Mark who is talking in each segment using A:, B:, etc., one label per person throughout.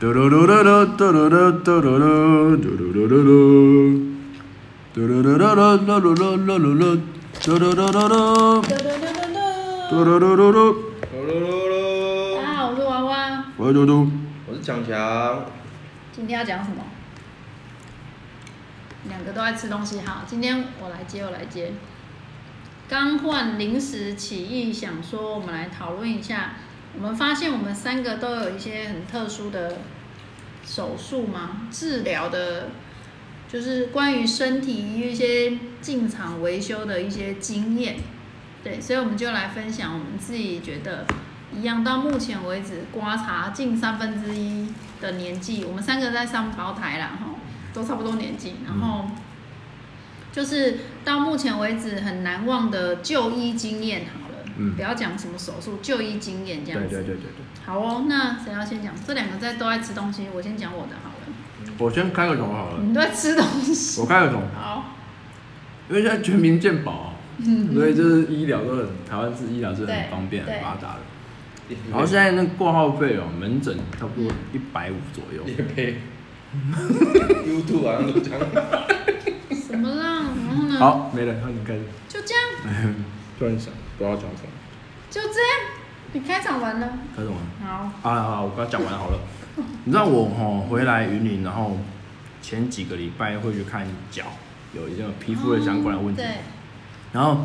A: 嘟噜噜噜噜，嘟噜噜嘟噜噜，嘟噜噜噜噜，嘟噜噜噜噜噜噜噜噜噜噜，嘟噜噜噜噜，嘟噜噜噜噜，
B: 噜噜噜
C: 大
B: 噜，
C: 家好，我是娃娃，
A: 我是嘟嘟，
B: 我是强强，
C: 今天要讲什么？两个都爱吃东西，好，今天我来接，我来接。刚换临时起意，想说我们来讨论一下，我们发现我们三个都有一些很特殊的手术嘛，治疗的，就是关于身体一些进场维修的一些经验。对，所以我们就来分享我们自己觉得一样。到目前为止，刮痧近三分之一的年纪，我们三个在上胞胎啦，
A: 嗯
C: 哈，都差不多年纪。然后就是到目前为止很难忘的就医经验好了，
A: 嗯
C: 不要讲什么手术，就医经验这
A: 对
C: 样
A: 对
C: 子。
A: 对对对，
C: 好哦，那谁要先讲？这两个在都爱吃东西，我先讲我的好了。
A: 我先开个头好了，哦
C: 你都在吃东西。
A: 我开个头，
C: 好，
A: 因为现在全民健保，所以就是医疗都很，台湾是医疗是很方便、
C: 对
A: 很发达的。然后现在那挂号费哦，门诊差不多一百五左右。
B: 也配 YouTube 好像都这样，
C: 什么啦？然后呢？，
A: 好，没了，那你开始。
C: 就这样，
B: 突然想不知道讲什么，
C: 就这样。你开场完了。
A: 开始玩。
C: 好，
A: 啊，好，我刚讲完好了。你知道我哦、回来云林，然后前几个礼拜会去看脚，有一些皮肤的相关的问题。
C: 嗯对，
A: 然后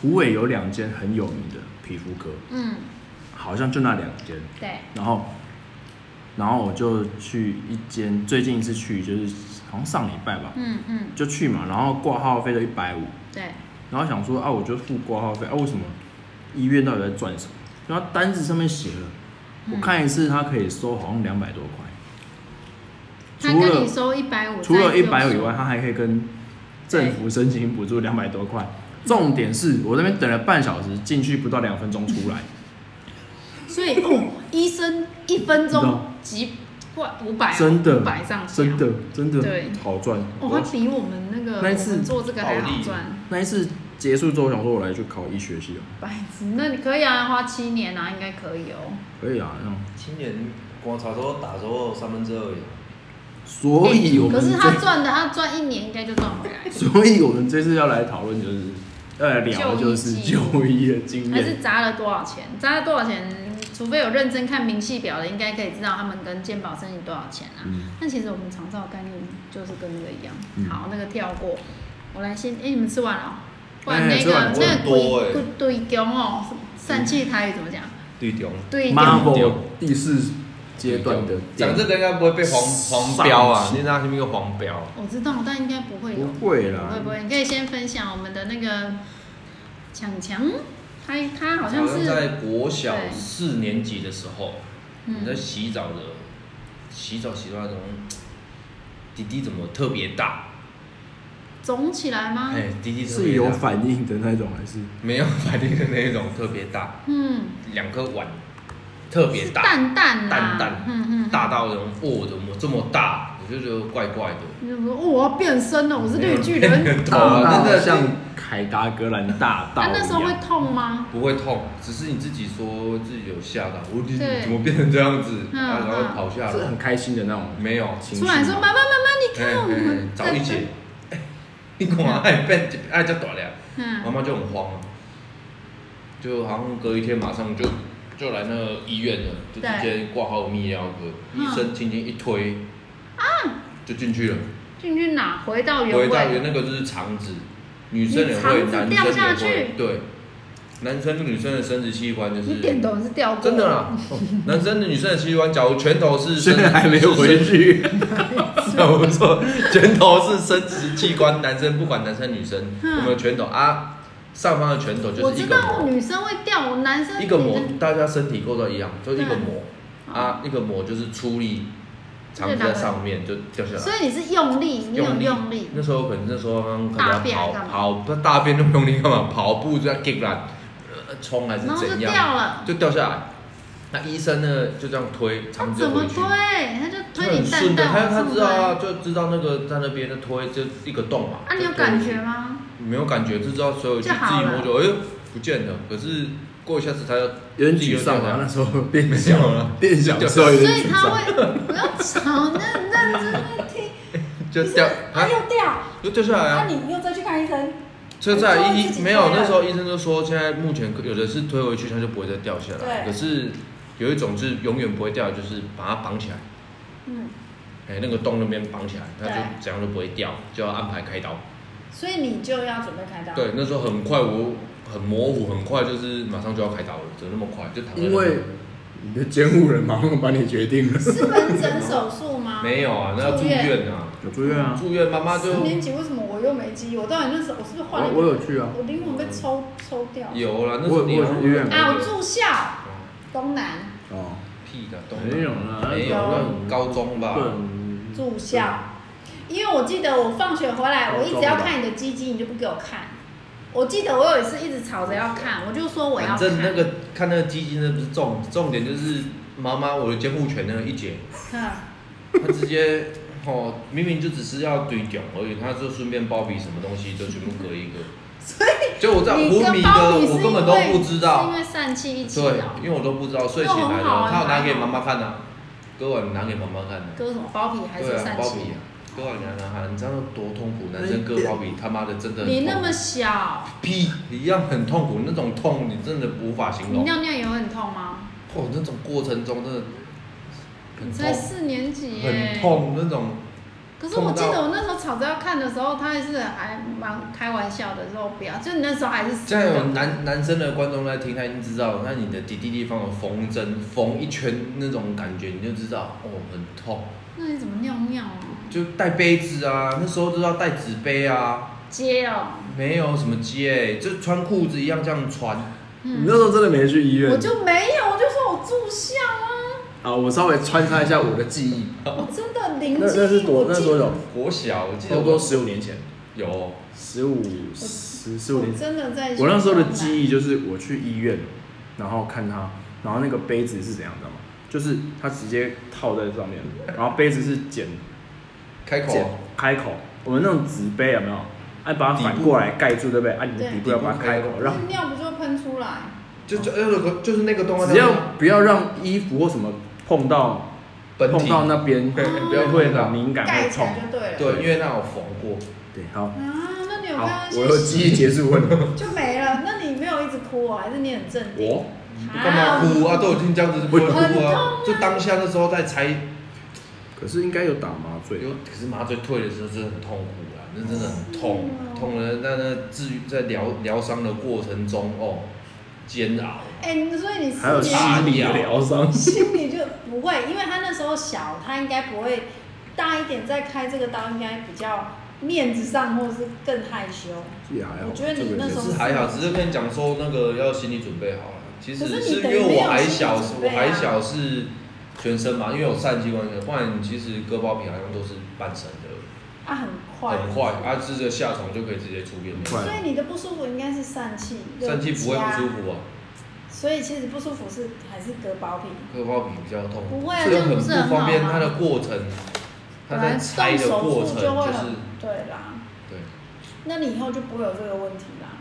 A: 湖尾有两间很有名的皮肤科，
C: 嗯，
A: 好像就那两间。
C: 对，
A: 然后，然后我就去一间，最近一次去就是好像上礼拜吧，
C: 嗯嗯，
A: 就去嘛，然后挂号费就一百五，
C: 对，
A: 然后想说啊，我就付挂号费啊，为什么医院到底在赚什么？然后单子上面写了，
C: 嗯
A: 我看一次他可以收好像两百多块，
C: 他
A: 除
C: 跟
A: 了
C: 你收一百五，
A: 除了一百
C: 再
A: 五
C: 就
A: 以
C: 说
A: 外，，他还可以跟政府申请补助两百多块。重点是我那边等了半小时，进去不到两分钟 出来，
C: 所以哦，医生一分
A: 你知
C: 钟
A: 道
C: 几万五百，哦
A: 真的
C: 五百上下，啊
A: 真的真的
C: 对
A: 好赚。
C: 哦，
A: 我
C: 他比我们那个
A: 那一
C: 我
A: 次
C: 们做这个还好
B: 暴
C: 赚，
A: 那一次结束之后，我想说我来去考医学系啊，
C: 白痴，那你可以啊，花七年啊，应该可以哦。
A: 可以啊，那样
B: 今年观察都打之三分之二而已，
A: 所以我
C: 可
A: 们
C: 是他
A: 这，，
C: 赚的，他赚一年应该就赚回 来
A: 所以我们这次要来讨论就是，要来聊
C: 就
A: 就
C: 医
A: 是
C: 记录
A: 就医的经
C: 还
A: 验。
C: 是砸了多少钱？砸了多少钱？除非有认真看明细表的，应该可以知道他们跟健保申请多少钱啊。
A: 嗯
C: 但其实我们长照概念就是跟那个一样。
A: 嗯
C: 好，那个跳过，我来先。哎、你们吃完了哦？不然
A: 哎
C: 那
A: 吃
C: 个、
A: 完
C: 那
B: 我很
C: 个
B: 多
C: 鬼
B: 哎
C: 鬼对宫哦，疝气台语怎么讲？
B: 对中。
C: 对宫
A: Marvel 第四阶段的
B: 讲这个应该不会被黄黄标啊，你那是不是个黄标？
C: 我知道，但应该不会有。
A: 不会
C: 不会
A: 啦
C: 不，会，你可以先分享我们的那个强强，他他好像是
B: 在国小
C: 对
B: 四年级的时候，
C: 嗯
B: 你在洗澡的，洗澡洗到那种，弟弟怎么特别大？
C: 肿起来吗？
B: 哎，弟弟特
A: 是
B: 别大
A: 有反应的那种还是？
B: 没有反应的那一种特别大，
C: 嗯，
B: 两颗碗特别大，
C: 蛋蛋啦，
B: 蛋蛋
C: 嗯嗯，
B: 大到那种哦，怎么这么大？我就觉得怪怪的。
C: 你怎么说？哦，我要变身了，我是绿巨人。
B: 哦
A: 大
B: 那
A: 到
B: 个
A: 像凯达格兰大道
C: 他那时候
A: 一
C: 会
A: 样，
C: 痛吗？
B: 不会痛，只是你自己说自己有吓到，我你
C: 对
B: 怎么变成这样子？
C: 嗯
B: 啊然后
C: 嗯
B: 跑下
A: 是
B: 来，
A: 很开心的那种
B: 没有。
A: 情绪
C: 出
A: 嘛。
C: 来说：“妈妈，妈妈，你
B: 哎
C: 看我
B: 哎，
C: 们
B: 找一姐，哎 你看啊爱变爱这大了，妈
C: 嗯，
B: 妈就很慌啊，就好像隔一天马上就就来那个医院了，就直接挂号泌尿科，
C: 嗯啊
B: 医生轻轻一推，就进去了。
C: 进去哪？回到原
B: 回到
C: 位。
B: 原那个就是肠子，女生也
C: 你
B: 会
C: 肠，子
B: 男生
C: 掉下
B: 也
C: 去
B: 会，对，男生跟女生的生殖器官就是
C: 你点头是掉过，
B: 真 的啦，男生的女生的器官，假如拳头 是
A: 现在还没有回
B: 去。
A: 去，
B: 假如说拳头是生殖器官，男生不管男生女生
C: 嗯
B: 有没有拳头啊，上方的拳头
C: 我
B: 就是一
C: 知
B: 个
C: 道
B: 膜，
C: 女生会掉，我男生
B: 一个膜
C: 女生，
B: 大家身体构造一样，就一个
C: 对
B: 膜
C: 嗯
B: 啊，一个膜就是出力，肠子在上面就掉下来。
C: 所以你是用力，你有用力，
B: 啊那时候可能那时候刚刚
C: 大
B: 可能
C: 便
B: 要
C: 还干嘛
B: 跑跑大便那么用力干嘛？跑步就要 kick 啦，呃冲还是
C: 然后就
B: 怎
C: 掉
B: 样，
C: 了。
B: 就掉下来。那医生呢就这样推，
C: 他
B: 肠子
C: 怎
B: 就
C: 么
B: 回去
C: 推？。他就
B: 就
C: 推
B: 很
C: 你蛋
B: 顺
C: 蛋
B: 的，他
C: 往
B: 他
C: 上
B: 知道
C: 推。
B: 啊，就知道那个在那边就推就一个洞嘛。
C: 啊，你有
B: 就推
C: 感觉吗？
B: 没有感觉，就知道所有去
C: 就
B: 自
C: 好
B: 己
C: 了
B: 摸就哎不见了，可是过一下子他要
A: 有点沮丧啊，那时候变
B: 没有
A: 小
B: 了
A: 变小的时候有
C: 所
A: 点
C: 以
A: 沮
C: 他
A: 丧。
C: 会 不要吵，那认真的听。
B: 就
D: 不是
B: 掉，
D: 它
C: 哎
B: 啊，
D: 又掉，
B: 就掉下来
D: 那
B: 啊。
D: 你又再去看医生，
B: 车在
D: 你说自
B: 医
D: 己
B: 没有，
D: 推了
B: 那时候医生就说，现在目前有的是推回去，它就不会再掉下来。
D: 对
B: 可是有一种是永远不会掉，就是把它绑起来，
C: 嗯，
B: 哎、那个洞那边绑起来，它
C: 对
B: 就怎样都不会掉，就要安排开刀。
C: 所以你就要准备开刀。
B: 对，那时候很快，我很模糊，很快就是马上就要开刀了，怎么那么快就躺在那边
A: 因为你的监护人马上把你决定了，
C: 是门诊手术吗？
B: 没有啊，那要住院啊，
A: 有住院啊，
B: 住院妈妈就
C: 四年级为什么我又没记忆？我到底那时候我是不是换
A: 我
C: 了一个？
A: 我有去啊，
C: 我灵魂被抽抽掉。
B: 有啦，那时候你
A: 我我有去医院
C: 啊，我住校东南
A: 哦，
B: 屁的，懂
A: 没有啦，
B: 没有，那高中吧，
A: 对，
C: 住校，因为我记得我放学回
B: 哦
C: 来，我一直要看你的鸡鸡，你就不给我看。我记得我有一次一直吵着要看，我就说我要
B: 哦反
C: 看。
B: 正那个看那个基金，那不是重重点，就是妈妈我的监护权那个一姐，
C: 嗯
B: 她直接哦，明明就只是要对讲而已，她就顺便包比什么东西就全部隔一个，
C: 所以
B: 就我在
C: 你
B: 无
C: 跟
B: 米
C: 包
B: 的
C: 比是
B: 我根本都不知
C: 因
B: 道，
C: 为是因为疝气一起
B: 对
C: 哦，。
B: 因为我都不知道，所以醒来
C: 那很好
B: 了，
C: 啊
B: 她有拿给妈妈看啊，割完拿给妈妈看啊，
C: 割什么包皮还是
B: 对啊，
C: 疝
B: 包
C: 气
B: 皮、啊？，割完给她看，你知道多痛苦？男生割包皮他妈的真的很
C: 你那
B: 痛苦
C: 么小，
B: 屁一样很痛苦，那种痛你真的无法形
C: 你
B: 容。
C: 尿尿也会很痛吗？
B: 哦，那种过程中真的
C: 你
B: 很
C: 才
B: 痛，
C: 四年级耶，
B: 很痛那种。
C: 可是我记得我那时候吵着要看的时候，他还是还蛮开玩笑的，说不要，就你那时候还是死
B: 现在有
C: 的。
B: 男男生的观众在听，他已经知道，那你的底地地方有缝针，缝一圈那种感觉，你就知道哦，很痛。
C: 那你怎么尿尿啊？
B: 就带杯子啊，那时候就要带纸杯啊，
C: 接哦，
B: 没有什么接、欸，就穿裤子一样这样穿。
A: 你那时候真的没去医院，
C: 嗯我就没有，我就说我住校啊，
A: 啊，我稍微穿插一下我的记忆，
C: 我真的
A: 哦那
C: 零记
A: 那是
C: 忆，
A: 多
C: 我
A: 那
C: 记
A: 多久？
B: 国小，我记
A: 差
B: 得
A: 不多
B: 我
A: 十五年前，
B: 有
A: 十五十十五
C: 我
A: 年前，
C: 真的在。
A: 我那时候的记忆就是我去医院，然后看他，然后那个杯子是怎样，知道吗？就是他直接套在上面，然后杯子是剪
B: 开口
A: 剪开口，我们那种纸杯有没有？哎、把它反过来盖住，对不对？啊，你的
C: 对
A: 底部要把它开口，
C: 那
A: 让
C: 尿不就喷出来？
B: 就就那个就是那个动画，
A: 只要不要让衣服或什么碰到
B: 本体
A: 碰到那边，
B: 对
A: 不要会很敏感
C: 盖
A: 会
C: 起
A: 痛
C: 来。就对了。
B: 对，因为那有缝过。
A: 对，好，
C: 啊，那你有
A: 好
C: 看到，
A: 我的
C: 些
A: 记忆结束问了。
C: 就没了？那你没有一直哭啊？还是你很镇定？
A: 我
B: 干嘛哭啊？都已经这样子就不会
C: 很
B: 哭
C: 痛
B: 啊
C: 啊！
B: 就当下那时候在拆，
A: 可是应该有打麻醉吧
B: 有，可是麻醉退的时候真的很痛苦啦，那真的很痛
C: 是哦，
B: 痛了。那那治愈在疗疗伤的过程中哦，煎熬。
C: 哎，你所以你
A: 还有
C: 四
A: 心
C: 年级
A: 理的疗伤。
C: 心里就不会，因为他那时候小，他应该不会大一点再开这个刀，应该比较面子上或是更害羞。
A: 也 还好，
C: 我觉得你
A: 这个
C: 那时
B: 可
C: 候
B: 是还好，只是跟你讲说那个要心理准备好了。其实
C: 可是
B: 是
C: 你
B: 因
C: 等于
B: 为
C: 没有
B: 我还
C: 心理
B: 小，
C: 准备
B: 我
C: 啊
B: 还小是全身嘛，因为有疝气关系，不然其实割包皮好像都是半身的，
C: 啊，很快，
B: 很快，啊，直接下床就可以直接出院
A: 很快
B: 了。
C: 所以你的不舒服应该是疝气，
B: 疝气不会不舒
C: 有
B: 服啊，
C: 夹，所以其实不舒服是还是割包皮，
B: 割包皮比较痛，
C: 不会啊
B: 所以很
C: 这样不是很
B: 方便
C: 好吗
B: 它的过程，它
C: 本
B: 在
C: 来
B: 拆
C: 动
B: 的过
C: 手
B: 程
C: 术
B: 就
C: 就会
B: 是
C: 很对啦，
B: 对，
C: 那你以后就不会有这个问题啦。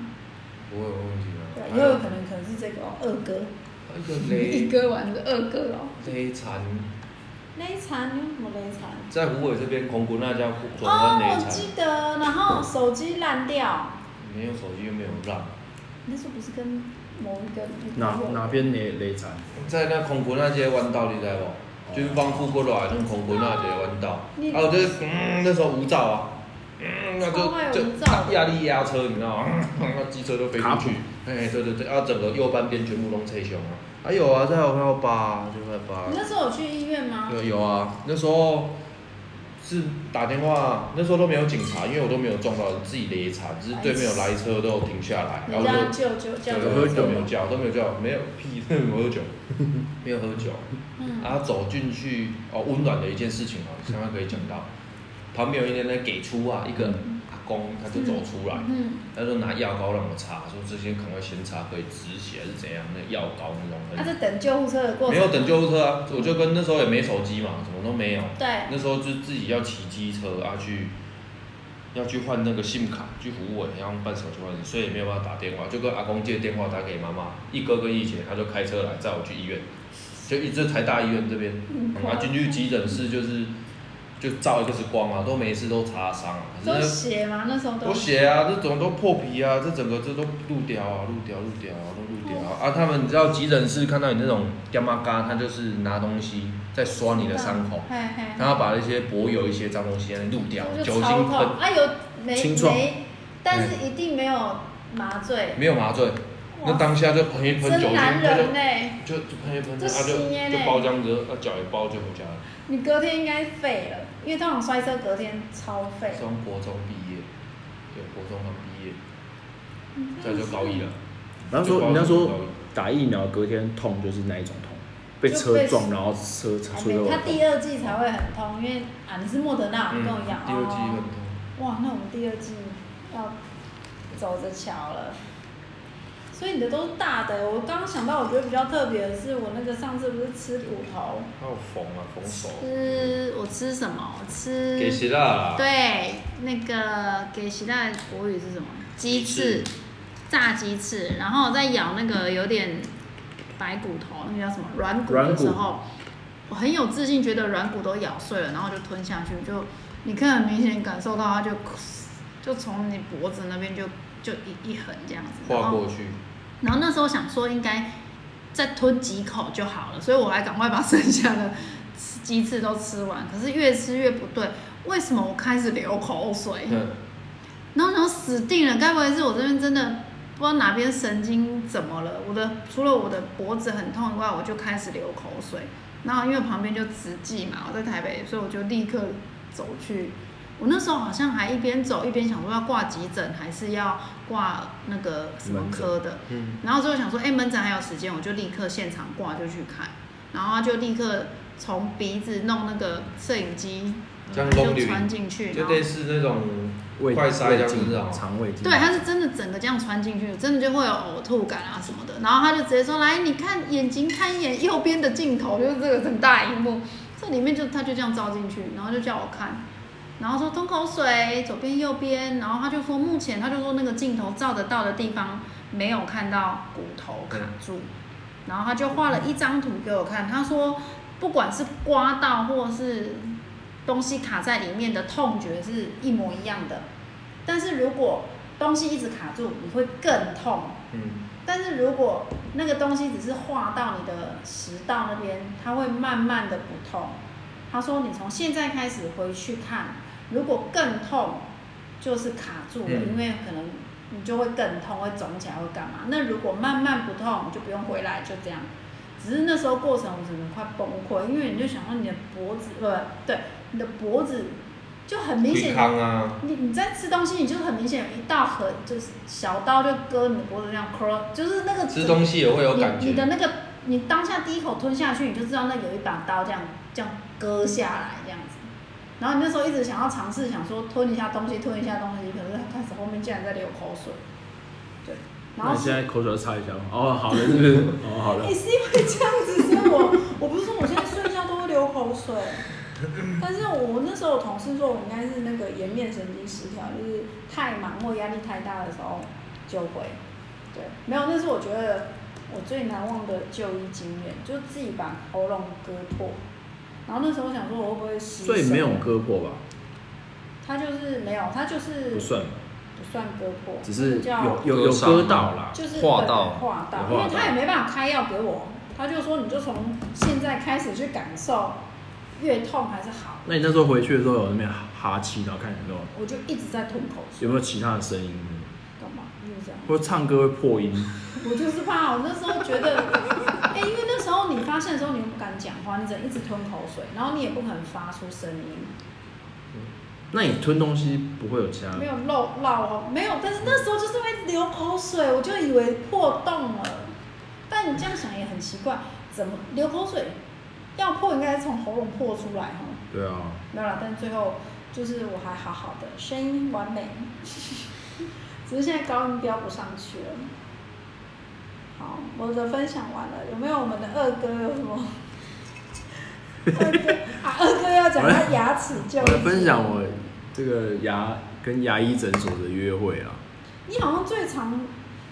B: 不会有问题
C: 对，
B: 的。
C: 以后有可能可能是这个哦，二哥，
B: 还有
C: 一
B: 勒
C: 哥完的二哥哦，
B: 勒残，
C: 勒残，你有什么勒残？
B: 在湖北这边孔古那家转弯
C: 哦，
B: 勒
C: 我
B: 残
C: 记，得，然后手机烂掉。
B: 没有手机又没有让，
C: 那时候不是跟某一个女
A: 哪
C: 朋友
A: 哪边雷雷斩？
B: 在那孔古那街弯道你知
A: 哦
B: 道不？军方复过来，跟孔古那街弯道，
C: 你
B: 啊，我就是嗯那时候无照啊。嗯，那
C: 超爱
B: 就
C: 无
B: 就
C: 照的
B: 压力压车，你知道吗？ 那机车都飞出
A: 卡
B: 去
A: 普，
B: 哎，对对对，啊，整个右半边全部弄吹熊啊！还有啊，再有还有吧，就还有吧
C: 你。那时候有去医院吗？
B: 有有啊，那时候是打电话，那时候都没有警察，因为我都没有撞到，自己勒残，只是对面有来车都有停下来，然
C: 人
B: 后我
C: 家
B: 就
C: 舅舅叫
B: 对
A: 有
B: 喝
A: 喝
C: 舅
A: 酒
B: 酒
A: 吗
B: 没有叫，都没有叫，没有屁，没有喝酒， 没有喝酒。
C: 嗯，
B: 然后走进去哦，温暖的一件事情哦，刚刚可以讲到，旁边有一个人在给出啊，一个阿公他就走出来，
C: 嗯，
B: 他就拿药膏让我擦，说这些赶快先擦，可以止血还是怎样？那药膏那种很
C: 啊他在等救护车的过
B: 没
C: 程，
B: 有等救护车啊，我就跟那时候也没手机嘛，什么都没有。
C: 对，
B: 那时候就自己要骑机车啊去要去换那个 SIM 卡，去湖尾，要用办手续换，所以没有办法打电话，就跟阿公借电话打给妈妈。一哥跟一姐他就开车来载我去医院，就一直台大医院这边，
C: 嗯
B: 啊进去急诊室就是就照 X 光啊，都没事，都擦伤啊，
C: 都
B: 可是
C: 血嘛，那时候
B: 那
C: 都
B: 我血啊，这种都破皮啊，这整个这都路掉啊，路掉路掉啊，都路掉啊。啊，他们你知道急诊室看到你那种掉麻嘎，他就是拿东西在刷你的伤口。
C: 嘿嘿
B: 然后把那些柏油一些脏东西路掉，
C: 就
B: 酒
C: 超
B: 精
C: 痛
B: 喷，哎
C: 啊，有没
A: 清创
C: 没，但是一定没有麻醉，
B: 没有麻醉，那当下就喷一喷酒
C: 真
B: 精，
C: 男
B: 他就
C: 人呢、
B: 就就喷一喷，
C: 欸这欸
B: 他就
C: 新耶
B: 就包这样子，啊脚也包就回家了。
C: 你隔天应该废了，因为通常摔车隔天超废。
B: 从国中毕业，对，国中刚毕业，
C: 嗯
B: 再就高一了。
A: 人家说，人家说打疫苗隔天痛就是那一种痛，被车撞然后车车
C: 还
A: 吹
C: 哎没，
A: 到
C: 他第二季才会很痛，因为啊你是莫德纳，
B: 嗯，
C: 跟我一样。
B: 第二季很
C: 哦
B: 痛。
C: 哇，那我们第二季要走着瞧了。所以你的都是大的，我刚想到，我觉得比较特别的是，我那个上次不是吃骨头，
B: 还有缝啊，缝手，
C: 吃我吃什么？我吃
B: 给谁啦？
C: 对，那个给希腊国语是什么？鸡翅
B: 翅，
C: 炸鸡翅，然后再咬那个有点白骨头，那个叫什么软骨
A: 软
C: 的
A: 骨
C: 时候，我很有自信，觉得软骨都咬碎了，然后就吞下去，就你可以很明显感受到它就就从你脖子那边就就一一横这样子，然
B: 划
C: 后
B: 过去，
C: 然后那时候想说应该再吞几口就好了，所以我还赶快把剩下的鸡翅都吃完。可是越吃越不对，为什么我开始流口水？
B: 嗯，
C: 然后然后死定了，该不会是我这边真的不知道哪边神经怎么了？我的除了我的脖子很痛以外，我就开始流口水。然后因为旁边就慈济嘛，我在台北，所以我就立刻走去。我那时候好像还一边走一边想说要挂急诊还是要挂那个什么
A: 门诊
C: 科的，
B: 嗯，
C: 然后最后想说，哎、门诊还有时间，我就立刻现场挂就去看，然后他就立刻从鼻子弄那个摄影机，
B: 这样
C: 就
B: 弄流
C: 穿进去，然
B: 就
C: 后
B: 类似那种
A: 胃
B: 快塞这样子
A: 胃
B: 啊
A: 镜，肠胃镜，
C: 对，他是真的整个这样穿进去，真的就会有呕吐感啊什么的。然后他就直接说，来，你看眼睛看一眼右边的镜头，就是这个很大荧幕，这里面就他就这样照进去，然后就叫我看。然后说吞口水，左边右边，然后他就说目前他就说那个镜头照得到的地方没有看到骨头卡住，然后他就画了一张图给我看，他说不管是刮到或是东西卡在里面的痛觉是一模一样的，但是如果东西一直卡住，你会更痛。
B: 嗯，
C: 但是如果那个东西只是划到你的食道那边，它会慢慢的不痛。他说你从现在开始回去看，如果更痛，就是卡住了，
B: 嗯
C: 因为可能你就会更痛，会肿起来，会干嘛？那如果慢慢不痛，就不用回来，就这样。只是那时候过程我整个快崩溃，因为你就想到你的脖子，不对，你的脖子就很明显
B: 抵，抗啊，
C: 你你在吃东西，你就很明显有一道痕，就是小刀就割你的脖子这样 c 就是那个
B: 吃东西也会有感
C: 你你的
B: 觉，
C: 那个你当下第一口吞下去，你就知道那有一把刀这样这样割下来这样子。然后你那时候一直想要尝试，想说吞一下东西，吞一下东西，可是开始后面竟然在流口水，对，
A: 那
C: 然后
A: 你
C: 是
A: 现在口水擦一下吗？哦，好了，是 不是？哦，好了
C: 也、，是因为这样子，所以我我不是说我现在睡觉都会流口水，但是我那时候我同事说我应该是那个颜面神经失调，就是太忙或压力太大的时候就会，对，没有，那是我觉得我最难忘的就医经验，就自己把喉咙割破，然后那时候想说我会不会失
A: 所以没有
C: 声
A: 割破吧？
C: 他就是没有，他就是
A: 不算吧，
C: 不算割破，
A: 只是
C: 叫
A: 有有有割啊到啦。
C: 就是
B: 划
C: 对
B: 到
C: 划到，
A: 有
C: 因
A: 划
C: 为他
A: 到
C: 也没办法开药给我，他就说你就从现在开始去感受，越痛还是好。
A: 那你那时候回去的时候有那边哈气，然后看有没有
C: 我就一直在吞口水，
A: 有没有其他的声音，
C: 干嘛？就是这样。
A: 或者唱歌会破音，
C: 我就是怕，我那时候觉得，哎、因为那时候你发现的时候，你又不敢讲话，你只能一直吞口水，然后你也不可能发出声音，
A: 那你吞东西不会有其他
C: 没？有漏漏，没有。但是那时候就是会流口水，我就以为破洞了。但你这样想也很奇怪，怎么流口水？要破应该是从喉咙破出来哈。
A: 对啊，
C: 没有啦，但最后就是我还好好的，声音完美， 只是现在高音飙不上去了。好，我的分享完了，有没有我们的二哥有什么？二哥啊，二哥要讲他牙齿就
A: 我来分享我这个牙
D: 跟牙医诊所的约会啊。
E: 你好像最常，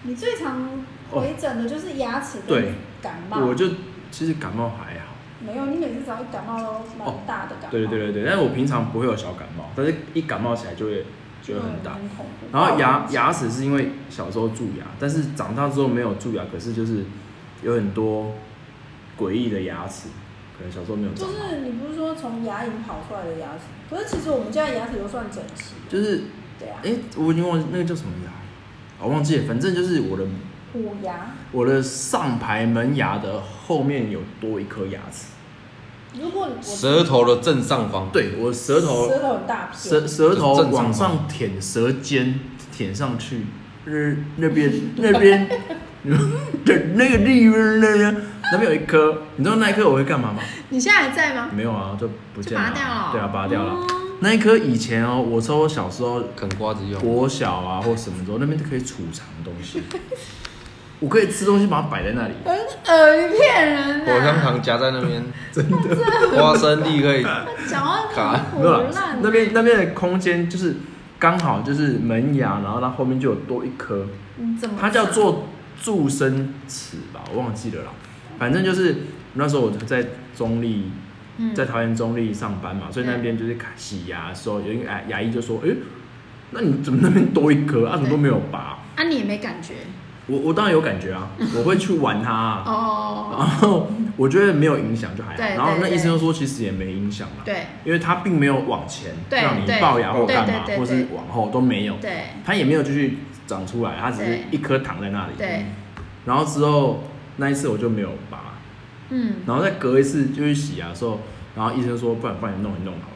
E: 你最常回诊的就是牙齿
D: 哦对
E: 跟感冒。
D: 我就其实感冒还好，
E: 没有，你每次只要一感冒都蛮大的感冒。
D: 哦对对对对，但是我平常不会有小感冒，但是一感冒起来就会觉得很大。
E: 很恐怖。
D: 然后
C: 哦
D: 牙牙齿是因为小时候蛀牙，但是长大之后没有蛀牙，可是就是有很多诡异的牙齿，可能小时候没有
E: 就
D: 长好。
E: 是你不是说从牙龈跑出来的牙齿？可是其实我们家的牙齿都算整齐。
D: 就是
E: 对啊
D: 哎、，我已经忘记那个叫什么牙，我忘记了，反正就是我的
E: 虎牙。
D: 我的上排门牙的后面有多一颗牙齿，
E: 如果你我
B: 舌头的正上方，
D: 对我舌头
E: 舌头很大片，
D: 舌舌头
B: 正常
D: 往上舔舌尖，舔上去，那那边 那边， 对那个地方那边那边有一颗，你知道那一颗我会干嘛吗？
C: 你现在还在吗？
D: 没有啊，就不见了
C: 就拔掉
D: 啊，
C: 了
D: 对啊，拔掉了。
C: 哦
D: 那一颗以前哦，我从我小时候
B: 啃瓜子用。
D: 国小啊或什么时候，那边就可以储藏东 西，我可以吃东西把它摆在那里。
C: 很恶你骗人
B: 口香
C: 的、啊。
B: 糖夹在那边， 真的，花生粒可以，
C: 讲话
B: 卡
C: 很
D: 没有
C: 胡
D: 啦
C: 烂，，啊
D: 那边那边的空间就是刚好就是门牙，然后它后面就有多一颗，
C: 你怎么？
D: 它叫做助生齿吧，我忘记了啦。反正就是那时候我在中立，
C: 嗯
D: 在桃园中立上班嘛，所以那边就是洗牙的时候，有一个牙牙医就说：“哎、那你怎么那边多一颗啊？怎么都没有拔
C: 啊，你也没感觉？”
D: 我我当然有感觉 啊，我会去玩它、啊。 然
C: 哦，
D: 后我觉得没有影响就还好，
C: 对对
D: 然后那
C: 对
D: 医生又说其实也没影响啦，
C: 对
D: 因为它并没有往前
C: 对
D: 让你
C: 对
D: 龅牙或
B: 对
D: 干嘛，
C: 对对
D: 或是
C: 对
D: 往后都没有，
C: 对
D: 它也没有继续长出来，它只是
C: 对
D: 一颗躺在那里。
C: 对，
D: 然后之后那一次我就没有拔，
C: 嗯。
D: 然后再隔一次就去洗牙的时候，然后医生说不然帮你弄一弄好了。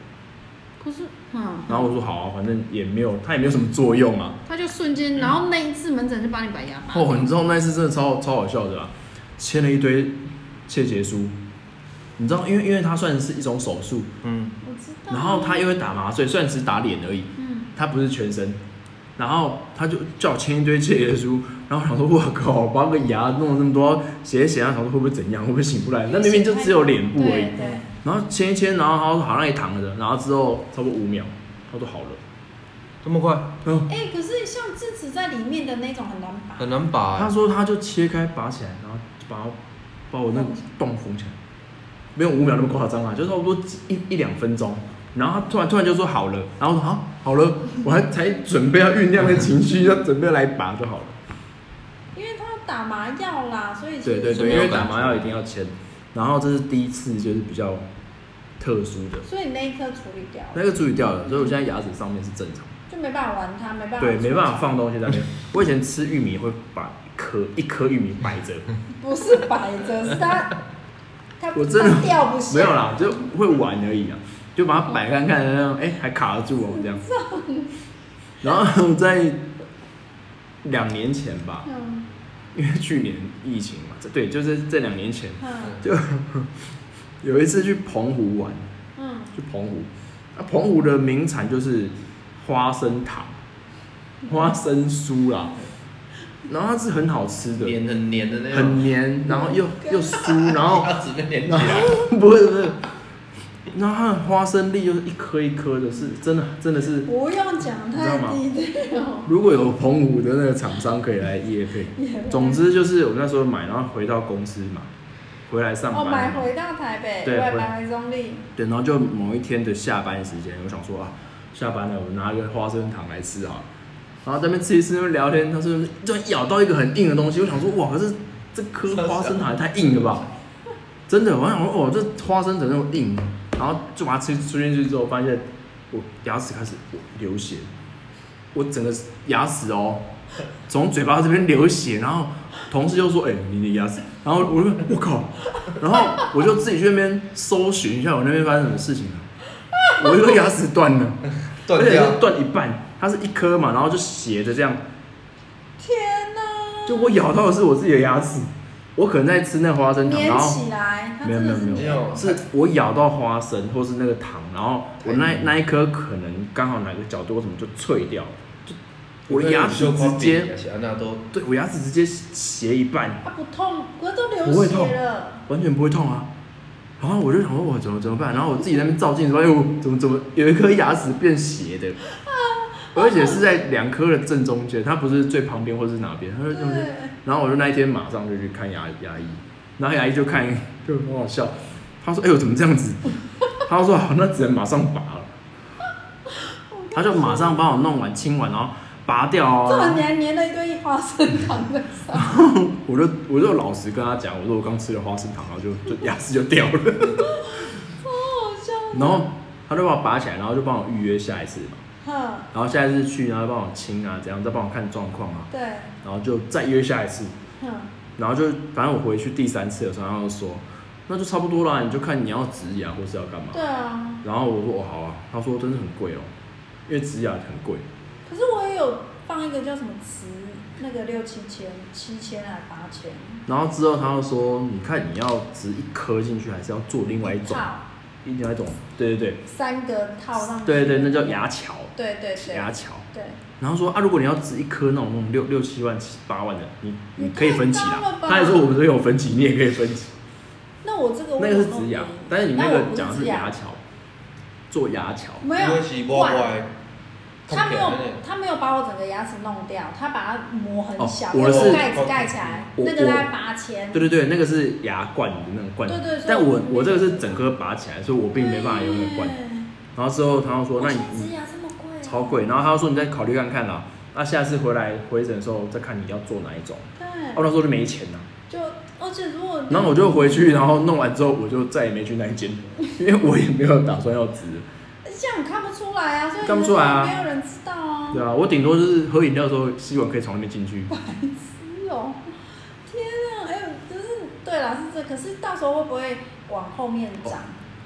C: 可是，嗯，
D: 然后我说好啊，反正也没有，它也没有什么作用啊。
C: 他就瞬间，然后那一次门诊就帮你把牙拔。
D: 哦，你知道那一次真的超超好笑的啦，签了一堆切结书。你知道，因为因为它算是一种手术，
B: 嗯，
E: 我知道。
D: 然后他又会打麻醉，虽然只打脸而已，
C: 嗯，
D: 他不是全身。然后他就叫我签一堆切结书，然后我想说，我靠，把个牙弄了那么多，啊写一写，然后想说会不会怎样，会不会醒不来？那明明就只有脸部而已
E: 对。对，
D: 然后签一签，然后他说好像也躺着，然后之后差不多五秒，他说好了。
B: 这么快，
D: 嗯，
E: 哎、可是像智齿在里面的那种很难拔，
B: 很难拔
D: 他
B: 欸。
D: 说他就切开拔起来，然后把我把我那个洞缝起来，没有五秒那么夸张啊，就差不多几一一两分钟。然后他突然突然就说好了，然后我说好好了，我还才准备要酝酿的情绪，要准备来拔 就好了。
E: 因为它打麻药啦，所以其
D: 对
E: 实
D: 对
B: 是
D: 对，
B: 没
D: 因
B: 有
D: 为
B: 感
D: 打
B: 觉
D: 麻药一定要签。然后这是第一次，就是比较特殊的，
E: 所以你那一颗处理掉了，
D: 那个注意掉了，所以我现在牙齿上面是正常的。
E: 就没办法玩它，没办法
D: 对，
E: 处
D: 没
E: 理
D: 办法放东西在那边。我以前吃玉米会把一颗一颗玉米摆着，
E: 不是摆着，是 它它
D: 我真的
E: 它掉不下，
D: 没有，啦，就会玩而已啊，就把它摆看看，然后哎还卡得住哦这样。然后在两年前吧，
E: 嗯
D: 因为去年疫情嘛，这对，就是这两年前
E: 嗯
D: 就有一次去澎湖玩，
E: 嗯，
D: 去澎湖，那、澎湖的名产就是花生糖、花生酥啦，然后它是很好吃的，
B: 黏很黏的那
D: 很
B: 种，
D: 黏，然后又又酥，然后
B: 牙齿被黏起
D: 然
B: 来。
D: 后 不是不是，然后它的花生粒又是一颗一颗的，是真的真的是，
E: 不用讲太低调，
D: 如果有澎湖的那个厂商可以来夜 配。总之就是我那时候买，然后回到公司嘛，回来上
E: 哦，买
D: 班，
E: 回到台北，
D: 对
E: 对，
D: 回
E: 买回中立，
D: 对，然后就某一天的下班时间，我想说啊，下班了，我拿一个花生糖来吃好了。然后在那边吃一吃，那边聊天，他说就咬到一个很硬的东西，我想说哇，可是这颗花生糖也太硬了吧？真的，我想说哦，这花生怎么那么硬？然后就把它吃吃进去之后，发现我牙齿开始流血，我整个牙齿哦，从嘴巴这边流血，然后同事就说：“哎、你的牙齿。”然后我就我靠，然后我就自己去那边搜寻一下我那边发生什么事情了。我一个牙齿断了，
B: 断
D: 而且
B: 掉
D: 是断一半，它是一颗嘛，然后就斜着这样，
E: 天哪，
D: 就我咬到的是我自己的牙齿，我可能在吃那花生糖，然
E: 粘
D: 后
E: 起来，它
D: 没有
E: 真的是
D: 没有
B: 没
E: 粘
B: 有，
D: 是我咬到花生或是那个糖，然后我那那一颗可能刚好哪个角度或什么就脆掉，就我的牙齿直接，
B: 安娜都
D: 对我牙齿直接斜一半，
E: 啊它不痛，可是都
D: 不
E: 流
D: 会
E: 血
D: 痛
E: 了，
D: 完全不会痛啊。然后我就想说，哎 我怎么怎么办？然后我自己在那边照镜子，发现我怎么怎么有一颗牙齿变斜的，而且是在两颗的正中间，它不是最旁边或是哪边，它是中间。
E: 对，
D: 然后我就那一天马上就去看牙牙医，然后牙医就看，就很好笑，他说：“哎、呦，怎么这样子？”他说：“好，那只能马上拔了。”他就马上帮我弄完、清完，然后拔掉
E: 这么
D: 啊。
E: 黏黏了一堆花生糖在上面，
D: 我就我就老实跟他讲，我说我刚吃了花生糖，然后就就牙齿就掉了。
E: 好好笑。
D: 然后他就帮我拔起来，然后就帮我预约下一次嘛。
E: 哼，
D: 然后下一次去，然后帮我清啊，怎样，再帮我看状况啊，
E: 对，
D: 然后就再约下一次。
E: 哼，
D: 然后就反正我回去第三次的时候，他就说，那就差不多啦，你就看你要植牙或是要干嘛。
E: 对啊。
D: 然后我说哦好啊，他说真的很贵哦，因为植牙很贵，
E: 可是我也有放一个叫什么词，那个六七千、七千还八千，
D: 然后之后他又说，你看你要植一颗进去，还是要做另外一种，
E: 套
D: 另外一种，对对
E: 三个套上
D: 对，
E: 去。
D: 对对，那叫牙桥，
E: 对对啊对，
D: 牙桥。
E: 对，
D: 然后说啊，如果你要植一颗那种那种六六七万七八万的，你你可以分期
E: 你太高
D: 啦
E: 了。吧
D: 他也说我们这有分期，你也可以分期，
E: 那我这个我
D: 那个是
E: 有弄
D: 植牙
E: 便宜，
D: 但是你那
E: 但我
D: 个
E: 不
D: 讲的是
E: 植
D: 牙桥，做牙桥。
E: 没
B: 因
E: 有
B: 为是挖
E: 管
B: 歪，
E: 他没有
B: 看起来呢，
E: 他没有把我整个牙齿弄掉，他把它磨很小，
D: 哦
E: 用
D: 我是
E: 盖子盖起来，
D: 我
E: 那个大概八千。
D: 对对对，那个是牙冠的那种冠，
E: 对对对
D: 但我
E: 所以
D: 我这个是整颗拔起来，所以我并没办法用那个冠。然后之后他又说，那你
E: 植牙这么贵、啊？
D: 超。贵，然后他又说你再考虑看看啦，那下次回来回诊的时候再看你要做哪一种。
E: 对，
D: 哦，那时候就没钱了，
E: 就而且如果
D: 然后我就回去，然后弄完之后我就再也没去那一间，因为我也没有打算要植。
E: 这样看不出来啊，所以
D: 看不出来啊
E: 没有人知道啊。
D: 对啊，我顶多就是喝饮料的时候吸管可以从那边进去。
E: 是哦，天啊，哎、呦，就是对啦，是这，可是到时候会不会往后面涨？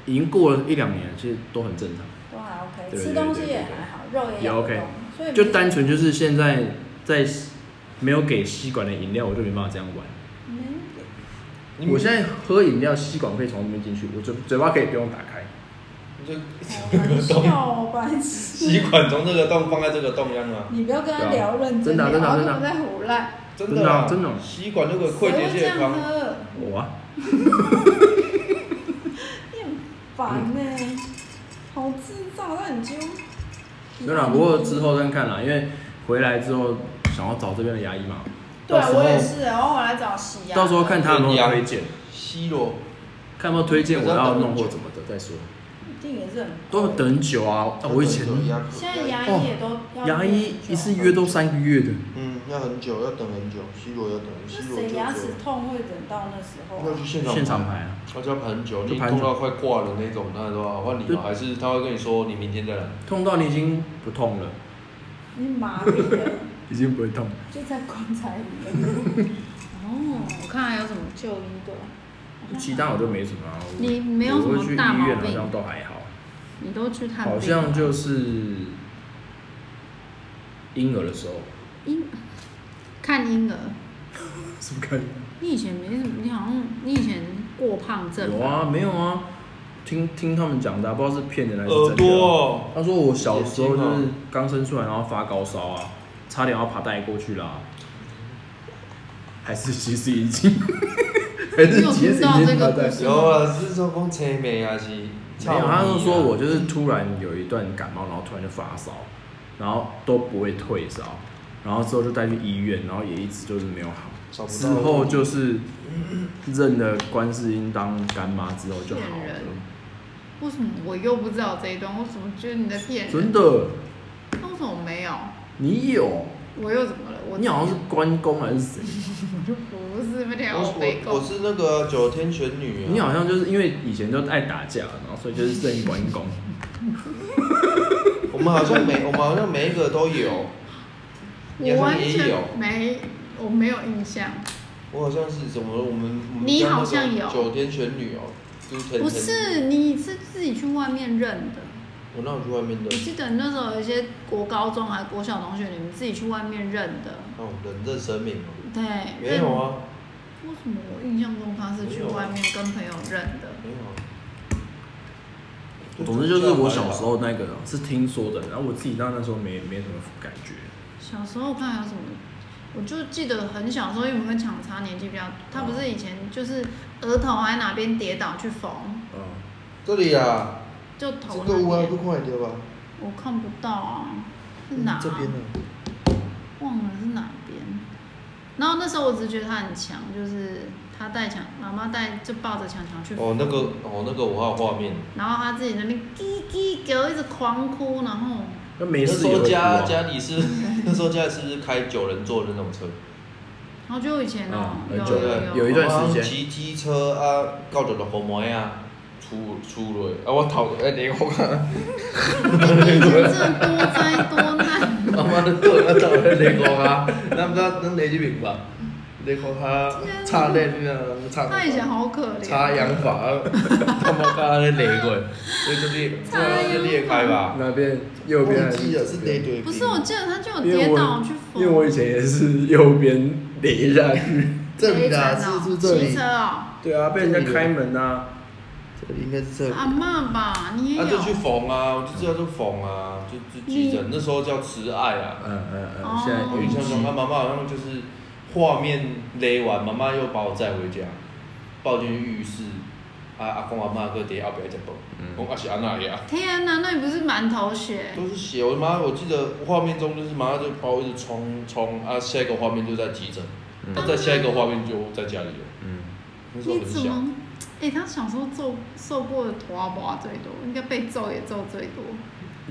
D: 已经过了一两年，其实都很正常。
E: 都还 OK，
D: 对对
E: 吃东西也还好，肉也
D: 也
E: 养
D: OK
E: 不动所以
D: 就单纯就是现在在没有给吸管的饮料，我就没办法这样玩。
E: 没
B: 你
D: 我现在喝饮料，吸管可以从那边进去，我嘴嘴巴可以不用打开。
B: 这
E: 开玩笑，白 痴。
B: 吸管从这个洞放在这个洞一样啊，
E: 你不要跟他聊认
D: 真的啊真的
E: 聊
D: 啊真的
E: 他
D: 啊
E: 根本在胡乱，
B: 真的啊
D: 真的啊真的啊
B: 吸管那个
E: 谁
B: 溃
E: 会
B: 结
E: 这
B: 健
E: 样
B: 康，
E: 喝？
D: 我啊，
E: 烦呢、好智障，那你就
D: 没有啦，不过之后再看啦，因为回来之后想要找这边的牙医嘛，
E: 对啊
D: 到时候
E: 我也是，然后我来找啊洗牙。
D: 到时候看他有没有推荐，
B: 吸咯，
D: 看有没有推荐我要弄或怎么的再说。
E: 一定也是很
D: 都要等很久啊，啊我以前
B: 要等
E: 现在牙医也都要
D: 哦牙医
E: 很久
D: 一次约都三个月的，
B: 嗯，要很久，要等很久，吸罗要等，
E: 那
B: 吸罗
E: 谁
B: 就
E: 牙齿痛会忍到那时候
B: 要
E: 啊？
B: 去现场
D: 现场排，啊，
B: 而且要排很久，
D: 就
B: 你
D: 排很
B: 痛
D: 久
B: 到快挂了那种，那的话换你
D: 对
B: 嘛，还是他会跟你说你明天再来，
D: 痛到你已经不痛了，
E: 你麻痹了，
D: 已经不会痛了。
E: 就在棺材里面。
C: 哦，我看还有什么
E: 就医的，
D: 其他我就没什么啊，我
C: 你没有什么
D: 我会去医
C: 大毛
D: 院好
C: 病
D: 像都还好，
C: 你都去探病，
D: 好像就是婴儿的时候，
C: 婴看婴儿。
D: 是不是看？
C: 你以前没什么，你好像你以前过胖症
D: 有
C: 吧，
D: 啊，没有啊，听听他们讲的啊、不知道是骗人还是
B: 耳
D: 真的
B: 朵
D: 啊、
B: 哦，
D: 他说我小时候
B: 眼睛
D: 就
B: 啊
D: 是刚生出来，然后发高烧啊，差点要把他带过去啦、还是其实已经， 还是其实已经把他带
C: 你有听到这个故事
B: 有啊，是说讲车眉还是？
D: 没有，他就说我就是突然有一段感冒，然后突然就发烧，然后都不会退烧，然后之后就带去医院，然后也一直就是没有
B: 找
D: 好。
B: 不
D: 之
B: 到
D: 后就是认了观世音当干妈之后就好
C: 骗人
D: 了，
C: 为什么我又不知道这一段？我怎么觉得你在骗人？
D: 真的。
C: 那为什么我没有？
D: 你有，
C: 我又怎么了？我
D: 你好像是关公还是谁？
C: 不是被
B: 我
C: 聊被
B: 我我
C: 狗？
B: 是那个九天玄女啊，
D: 你好像就是因为以前就爱打架，然后所以就是认关 公。
B: 我们好像每我们好像每一个都有，你
C: 我
B: 好
C: 完
B: 像也有，
C: 全没，我没有印象。
B: 我好像是怎么我们我们
C: 你
B: 家那
C: 好像
B: 种
C: 有
B: 九天玄女哦，就是天
C: 不是，你是自己去外面认的。
B: 我那我去外面
C: 我
B: 的，
C: 记得那时候有一些国高中还国小同学，你们自己去外面认的。
B: 那我人认神明哦，
C: 对，
B: 没有啊，
C: 认。为什么我印象中他是去外面跟朋友认的？
B: 没有啊。
D: 总之就是我小时候那个是听说的，然后我自己到那时候没没什么感觉。
C: 小时候看有什么，我就记得很小时候，因为我们跟抢茶年纪比较，他不是以前就是额头还哪边跌倒去缝，
D: 嗯，
B: 这里啊，
C: 就
B: 这
C: 头
B: 个
C: 那
B: 有啊，
C: 边
B: 去看会到吧？
C: 我看不到啊，是
B: 嗯
C: 哪？
F: 这边呢？
C: 忘了是哪边。然后那时候我只是觉得他很强，就是他带强，妈妈带就抱着强强去
B: 哦，那个哦，那个我还有画面。
C: 然后他自己在那边叽叽给我一直狂哭，然后
D: 那没
B: 那
D: 事
B: 时
D: 也
B: 候
D: 会哭
B: 家
D: 啊。
B: 家里是 那时候家里是不是开九人座的那种车？
C: 好久以前哦，
D: 嗯
C: 有
D: 很久
C: 有
D: 有一段时间
B: 我骑机车啊，到着红梅啊，出出落啊，我头哎，你我看，
C: 以 前真的多灾多难，
B: 他妈的对啊，走咧你讲啊，咱不知道咱你这边吧，你看他插咧你啊，插
C: 他以前好可
B: 插
C: 怜。
B: 洋法， 他妈刚刚咧勒过，所以就裂，这就裂开吧。
D: 那边右边还
B: 忘记了是内
D: 边
B: 对，
C: 不是，我记得他就有
D: 因为
C: 跌倒
D: 我
C: 去扶，
D: 因为我以前也是右边垒下去，
F: 这里
C: 啊
F: 啦，，是不是这
C: 骑
F: 里
C: 车？哦，
D: 对啊，被人家开门啊呐、
F: 这里应该是这里。
C: 阿嬷吧，你也
B: 他
C: 有
B: 就去缝啊，我就知道就缝啊，就就急诊，那时候叫慈爱啊。
D: 嗯嗯嗯，
C: 哦
D: 现在
B: 我
D: 有
B: 印
D: 一
B: 象中，他
D: 集
B: 妈妈好像就是画面勒完，妈妈又把我载回家，抱进浴室，啊阿公阿妈搁伫后壁食饭，
C: 嗯
B: 讲啊阿是安那呀，
C: 天哪，那你不是满头血？
B: 都是血。我妈我记得画面中就是妈妈就把我一直冲冲啊，下一个画面就在急诊，那、再下一个画面就在家里了。
D: 嗯，
B: 那时候
C: 你
B: 很
C: 怎
B: 小，
C: 么？哎、他小时候揍受过的头啊娃最多，应该被揍也揍最多。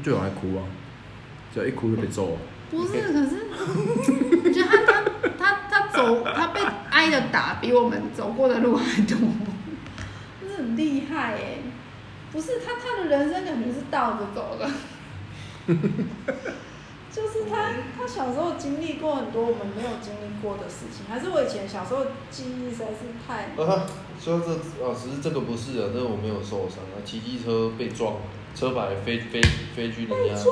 D: 就有人哭啊，只要一哭就被揍、啊。
C: 不是，可是我觉得他他他他走他被挨的打比我们走过的路还多。
E: 真的很厉害哎、不是他，他的人生感觉是倒着走 的，就是他，他小时候经历过很多我们没有经历过的事情，还是我以前小时候记忆实在是太……
B: 啊，说这啊，只是这个不是啊，这个我没有受伤啊，骑机车被撞，车牌飞飞飞去人家，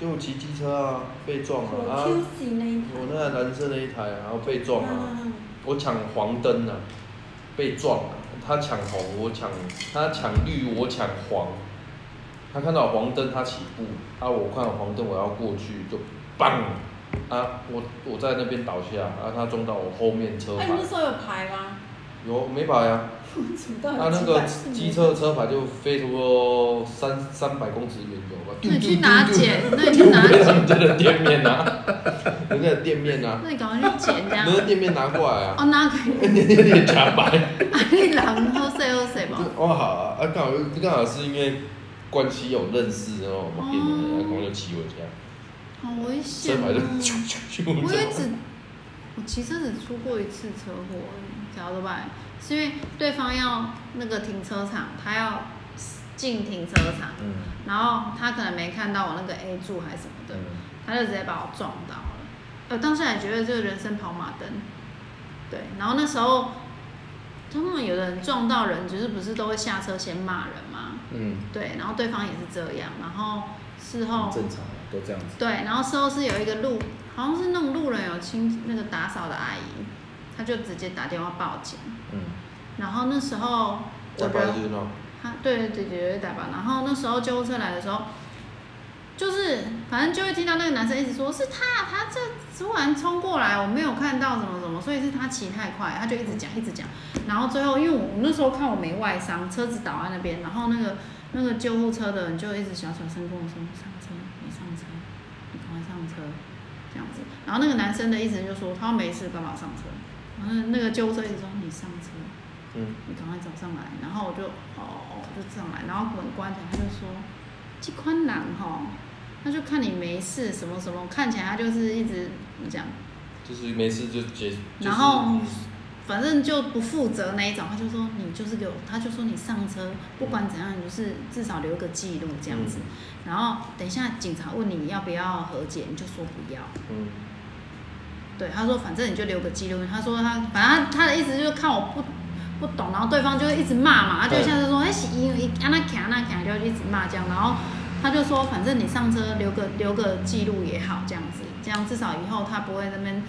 B: 对我骑机车啊，被撞
E: 我
B: 了啊。
E: Q C 那一
B: 我那台蓝色那一台啊，然后被撞啊，
E: 嗯
B: 我抢黄灯啊，被撞啊，他抢红，我抢，他抢绿，我抢黄，他看到黄灯他起步，啊，我看到黄灯我要过去就棒，啊，我我在那边倒下，啊，他撞到我后面车
E: 哎、
B: 牌
E: 你，那时候有牌吗？
B: 有没牌啊？
E: 我怎么到底
B: 他那
E: 几
B: 个
E: 百次没
B: 机车的车牌就飞出三三百公尺远有吧？
C: 那你去拿剪，那你去拿 剪，
B: 人家的店面呐，人家的店面呐，
C: 那你赶快去剪这样
B: 人。家的店面拿过来啊。
C: 哦，那可以，
B: 你有点假白。
C: 啊，你人好谁好谁吧。
B: 哦好啊，啊刚好刚好是因为关系有认识，然后我们变成然后就骑回家，
C: 好危
B: 车
C: 险
B: 牌就
C: 哦！
B: 咻咻咻
C: 我
B: 这
C: 也
B: 样
C: 只，我其实只出过一次车祸而已，晓得吧？是因为对方要那个停车场，他要进停车场，
D: 嗯
C: 然后他可能没看到我那个 A 柱还是什么的，他就直接把我撞倒了。呃，当下也觉得这个人生跑马灯，对。然后那时候，他们有的人撞到人，就是不是都会下车先骂人嘛？
B: 嗯，
C: 对，然后对方也是这样，然后事后
D: 很正常啊，都这样子。
C: 对，然后事后是有一个路，好像是那种路人有清那个打扫的阿姨，她就直接打电话报警。
D: 嗯，
C: 然后那时候我
B: 假白
C: 人
B: 就是那种，
C: 他对对对对打吧。然后那时候救护车来的时候，就是反正就会听到那个男生一直说是他，他这突然冲过来，我没有看到什么什么，所以是他骑太快，他就一直讲一直讲。然后最后因为我我那时候看我没外伤，车子倒在那边，然后那个那个救护车的人就一直小小声跟我说上车，你上车，你赶快上车。这样子，然后那个男生的意思就说他没事，干嘛上车？然后那个救护车一直说你上车，
B: 嗯，
C: 你赶快走上来。然后我就哦，我就上来，然后门关起来，他就说这款人哈，他就看你没事什么什么，看起来他就是一直怎么讲，
B: 就是没事就结，就是
C: 然后反正就不负责那一种。他就说你就是给我，他就说你上车，不管怎样，你就是至少留个记录这样子。
B: 嗯
C: 然后等一下警察问你要不要和解，你就说不要。
B: 嗯，
C: 对，他说反正你就留个记录。他说他反正他的意思就是看我不不懂，然后对方就一直骂嘛，他就像是说哎，是因为啊那卡那卡，就一直骂这样，然后他就说反正你上车留个留个记录也好，这样子，这样至少以后他不会在那边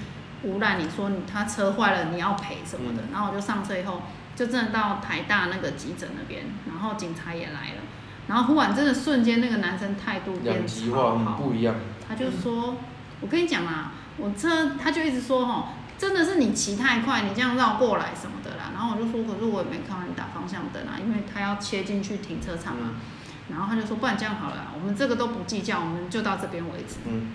C: 诬赖你说你他车坏了你要赔什么的。
B: 嗯
C: 然后我就上车以后，就真的到台大那个急诊那边，然后警察也来了，然后忽然真的瞬间那个男生态度变
B: 两极
C: 超
B: 化
C: 好
B: 嗯。不一样，
C: 他就说：“我跟你讲啦，我车他就一直说吼，真的是你骑太快，你这样绕过来
B: 嗯
C: 什么的啦。”然后我就说：“可是我也没看到你打方向灯啊，因为他要切进去停车场啊。然后他就说，不然这样好了啊，我们这个都不计较，我们就到这边为止，
B: 嗯，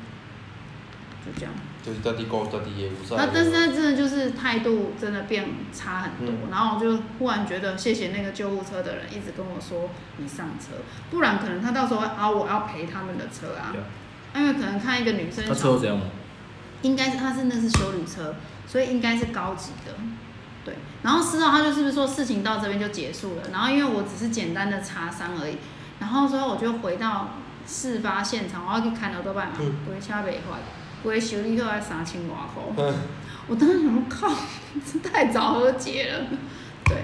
C: 就这样。
B: 就是到底高到底业务上。
C: 那但是他真的就是态度真的变差很多，然后我就忽然觉得谢谢那个救护车的人一直跟我说你上车，不然可能他到时候会啊我要赔他们的车啊，因为可能看一个女生
D: 他车有这样吗？
C: 应该是他是那是修理车，所以应该是高级的。对，然后四号他就是不是说事情到这边就结束了，然后因为我只是简单的擦伤而已，然后之后我就回到事发现场，我要去看了多半嘛，不会车袂坏，不会修理后要三千外块。我当时想说靠，这太早和解了。对，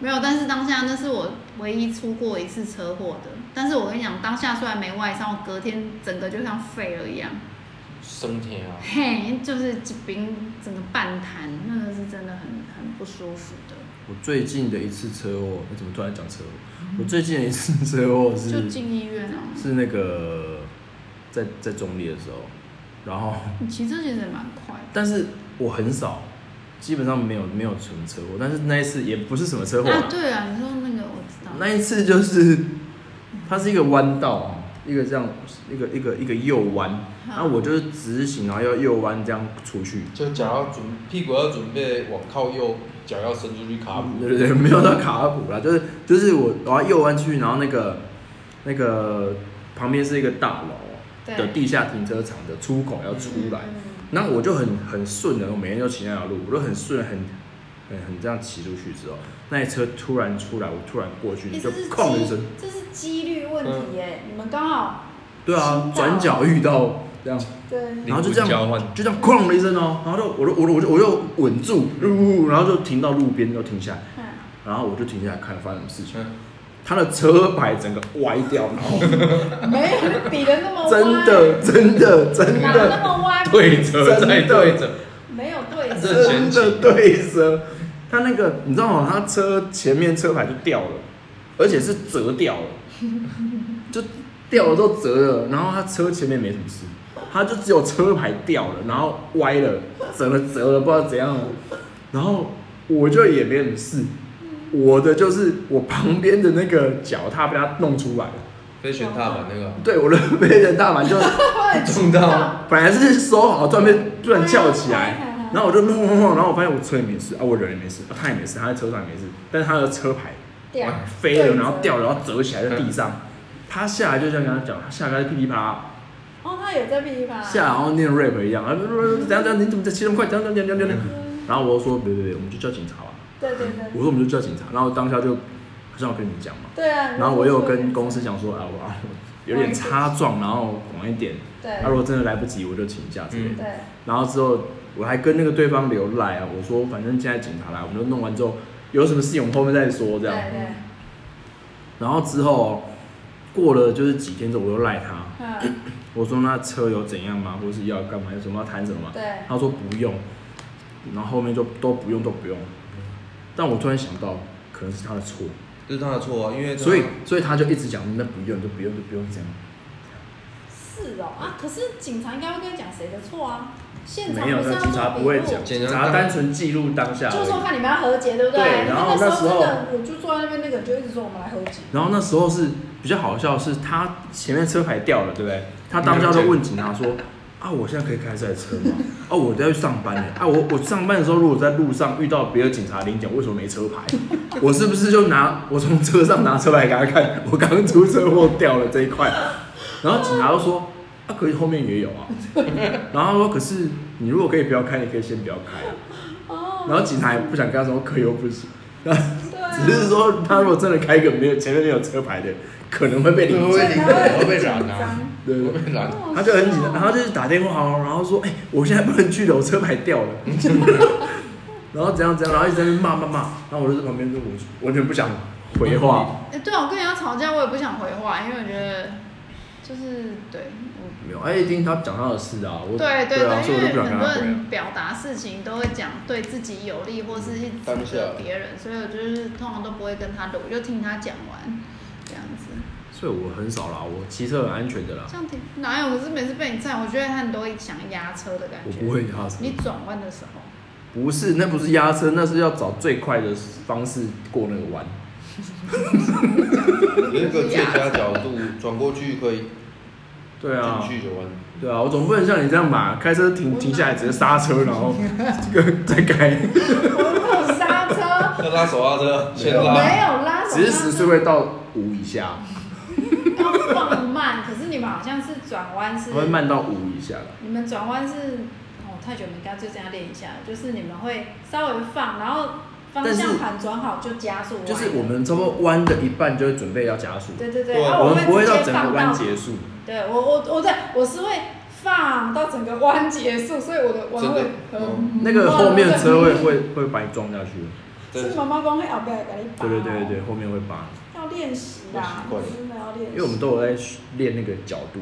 C: 没有，但是当下那是我唯一出过一次车祸的，但是我跟你讲，当下虽然没外伤，我隔天整个就像废了一样。
B: 升天啊，
C: 嘿，就是这边整个半瘫，那个是真的很很不舒服的，
D: 我最近的一次车祸，我怎么突然讲车祸？我最近的一次车祸是
C: 就进医院哦、
D: 是那个在在中立的时候，然后
C: 你骑车其实也蛮快的，
D: 但是我很少，基本上没有没有纯车祸，但是那一次也不是什么车祸啦、
C: 啊，对啊，你说那个我知道，
D: 那一次就是它是一个弯道啊，一个这样一个一个一个右弯，然后我就是直行，然后要右弯这样出去。
B: 就脚要准屁股要准备往靠右，脚要伸出去卡
D: 对
B: 补。
D: 对对，没有到卡普啦，就是就是我我要右弯出去，然后那个那个旁边是一个大楼的
C: 对
D: 地下停车场的出口要出来，
C: 嗯
D: 那我就很很顺的，我每天都骑那条路，我就很顺很。很很这样骑出去之后，那台车突然出来，我突然过去，
E: 欸
D: 你就
E: 这是
D: 哐的嗯一声
E: 机，，这是几率问题耶、你们刚好
D: 对啊，
E: 知道
D: 转角遇到这样，
E: 对
D: 然后就这样
B: 灵魂交换
D: 就这样哐的一声哦，然后就我就我就我就我就稳住，呜然后就停到路边，就停下来，
E: 嗯
D: 然后我就停下来看发生什么事情。
B: 嗯
D: 他的车牌整个歪掉，然后
E: 没有你比的那么歪，
D: 真的真的真
E: 哪那
D: 的
E: 么歪？
B: 对折
D: 真的
B: 再对折，
E: 没有对
B: 这
E: 折，
B: 很
D: 真的对折，他那个你知道吗？他车前面车牌就掉了，而且是折掉了，就掉了之后折了，然后他车前面没什么事，他就只有车牌掉了，然后歪了，折了折了，不知道怎样了，然后我就也没什么事，我的就是我旁边的那个脚踏被他弄出来了。
B: 飞旋踏板那个啊
D: 对，我的 被人大板就
B: 撞到，
D: 本来是收好，突然被突然翘起
E: 哎
D: 来，然后我就弄弄弄，然后我发现我车也没事啊，我人也没事，啊他也没事，他在车上也没事，但是他的车牌
E: 掉
D: 飞了，然后掉了，然后折起来在地上，他下来就像跟他讲，他下来就噼里啪啦，
E: 哦，他有在噼里啪啦，
D: 下来然后念 rap 一样，啊，怎样怎样，你怎么在骑那么快，怎样怎样怎样怎样，然后我就说别别别，我们就叫警察吧，
E: 对对
D: 我
E: 对，
D: 说我们就叫警察，然后当下就好像我跟你讲嘛，
E: 对啊。
D: 然后我又跟公司讲说啊，我啊有点擦撞，然后晚一点。
E: 对
D: 他、如果真的来不及，我就请假之类的。
E: 对
D: 然后之后我还跟那个对方留赖啊，我说反正现在警察来，我们就弄完之后有什么事情我们后面再说这
E: 对
D: 样。
E: 对，
D: 然后之后过了就是几天之后，我又赖他，
E: 嗯
D: 我说那车有怎样吗？或是要干嘛？有什么要谈什么吗？
E: 对，
D: 他说不用，然后后面就都不用都不用。但我突然想到，可能是他的错，
B: 这是他的错啊，因为他
D: 所以所以他就一直讲那不用就不用就不用这样。
E: 是哦啊，可是警察应该会跟你讲谁的错啊？现场
D: 没有，
E: 不是
D: 那
E: 要
D: 警察
E: 做笔
D: 不会
E: 录
D: 讲，
B: 简
D: 警
B: 单
D: 察单纯记录当下而已。
E: 就是说看你们要和解，对不
D: 对然后
E: 那
D: 那时
E: 真
D: 候
E: 的，我就坐在那边，那个人就一直说我们来和 解。
D: 然后那时候是比较好笑，是他前面车牌掉了，对不对？他当下就问警察说：“啊，我现在可以开这台车吗？ 啊，我在上班呢。啊，我我上班的时候如果在路上遇到别的警察临检，为什么没车牌？ 我是不是就拿我从车上拿车牌给他看？我刚出车祸掉了这一块。”然后警察就说：“啊，可是后面也有啊。” 然后他说：“可是你如果可以不要开，你可以先不要开啊。”
E: 哦，
D: 然后警察也不想跟他说可以又不行，然后
E: 对啊
D: 只是说他如果真的开一个没有前面没有车牌的，可能会被领
F: 会
D: 证。
F: 被领
E: 对
B: 会被染
E: 紧
B: 啊
E: 张，
D: 对
B: 会
D: 对对
B: 被染。
E: 好
D: 他就很紧
E: 笑哦
D: 张，然后就是打电话，然后说：“哎、我现在不能去了，我车牌 掉了。”然后怎样怎样，然后一直在那边骂骂骂，然后我就在旁边就我完全不想回话，
C: 哎、对啊，我跟人家吵架我也不想回话，因为我觉得就是对，我
D: 没有，哎、一听他讲他的事啊，我
C: 对对
D: 啊，所以我就
C: 因
D: 不
C: 为很
D: 想跟他
C: 多
D: 回、啊。
C: 人表达事情都会讲对自己有利或是一直
B: 当下
C: 责别人，所以我就是通常都不会跟他的，我就听他讲完这样子。
D: 所以我很少啦，我骑车很安全的啦，
C: 这样挺哪有？可是每次被你站，我觉得他很多想压车的感
D: 我
C: 觉。
D: 不会压车。
C: 你转弯的时候，
D: 不是，那不是压车，那是要找最快的方式过那个弯。
B: 你那个最佳角度转过去可以
D: 对啊
B: 进，去就完。
D: 对啊，我总不能像你这样吧，开车停停下来直接刹车，然 后这个再开，
E: 我没有刹 车，
B: 要拉手刹啊车，先
E: 没
B: 拉。
E: 有拉手刹车，
D: 只是时速会到五以下，
E: 要放慢。可是你们好像是转弯是，
D: 它会慢到五以下的。
E: 你们转弯是，哦，太久没干，就这样练一下，就是你们会稍微放，然后方
D: 但是
E: 向盘转好就加速，
D: 就是我。们差不多弯的一半就会准备要加速，
E: 对对对，
B: 对
E: 啊，
D: 我们不会
E: 直
D: 到
E: 接
D: 整
E: 放
D: 个弯结束。
E: 对我我我对我是会放到整个弯结束，所以我的弯
B: 真的
E: 会
B: 嗯
E: 很
D: 哦那个后面车会
C: 嗯
D: 会会把你撞下去，
B: 对
E: 是妈哦妈帮会后边给你拔。
D: 对对对对，后面会把你，
E: 要练习啦，
B: 我习惯了
E: 真的要练习。
D: 因为我们都有在练那个角度，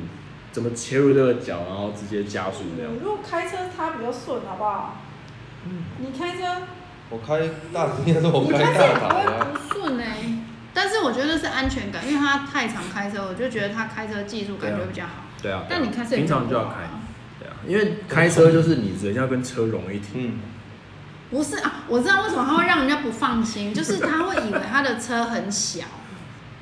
D: 怎么切入这个角，然后直接加速这样
E: 嗯。如果开车它比较顺，好不好？
D: 嗯
E: 你开车，
B: 我开大，应该是我
E: 你
B: 开
E: 开车也
B: 大
E: 不
B: 牌
E: 会
B: 啊。
C: 不顺哎、但是我觉得是安全感，因为他太常开车，我就觉得他开车技术感觉比较好。
D: 对啊，
C: 但你开车也
D: 平常就要
C: 不好
D: 开
C: 啊，
D: 对啊，因为开车就是你人要跟车融为一体，
B: 嗯，
C: 不是啊，我知道为什么他会让人家不放心，就是他会以为他的车很小，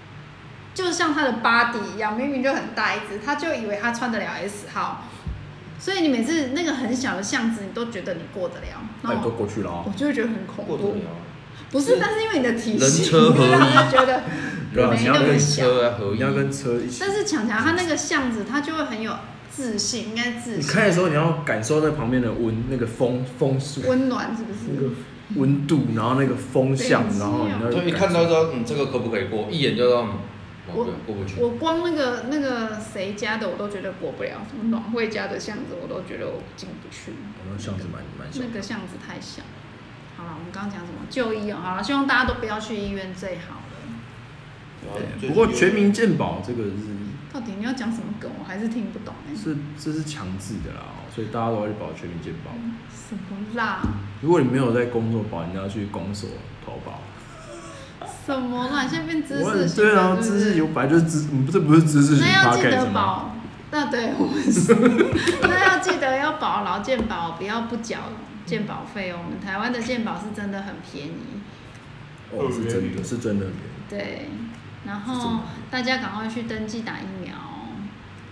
C: 就像他的 body 一样，明明就很大一只，他就以为他穿得了 S 号，所以你每次那个很小的巷子，你都觉得你过得了，
D: 那
C: 那
D: 你都
C: 我
D: 过去了
C: 我
D: 哦，
C: 就会觉得很恐
B: 嗯过啊得
C: 怖。
B: 了。
C: 不是，但是因为你的体型，
F: 人 车合一
C: 然后就觉得
D: 对啊，
C: 没
D: 你
C: 那
D: 要
C: 么
D: 跟
C: 小。
B: 车啊，合
D: 你
B: 一。
D: 要跟车一起
C: 但。是强强他那个巷子，他就会很有自信，应该自
D: 你
C: 信、
D: 开的时候你要感受那旁边的温那个风风速、
C: 温暖，是不
D: 那个
C: 是？
D: 温度，然后那个风向，
C: 北极
D: 然后你
C: 哦
D: 要
B: 就一看到就知道，嗯，这个可不可以过？一眼就知道，嗯，我
C: 我
B: 过不去。
C: 我光那个那个谁家的，我都觉得过不了，什么暖慧家的巷子，我都觉得我进不去，
D: 那巷子蛮蛮小
C: 那，个巷子太小。好了，我们刚刚讲什么就医哦，好了，希望大家都不要去医院最好了。嗯
D: 对。不过全民健保这个是
C: 到底你要讲什么梗，我还是听不懂哎、
D: 是这是强制的啦，哦所以大家都要去保全民健保。
C: 什么啦？
D: 如果你没有在工作保，你要去公所投保。
C: 什么啦？现在变知
D: 我
C: 识
D: 很
C: 型了
D: 对啊，
C: 是不
D: 知
C: 是
D: 识有本来就是知，嗯这不是知识型
C: 那要记
D: podcast
C: 得
D: 吗？
C: 保，那对我们 是，那要记得要保劳健保，不要不缴健保费哦。我们台湾的健保是真的很便宜，
D: 哦，是真的，是真的。
C: 嗯对。然
D: 是真
C: 后
D: 的
C: 大家赶快去登记打疫苗。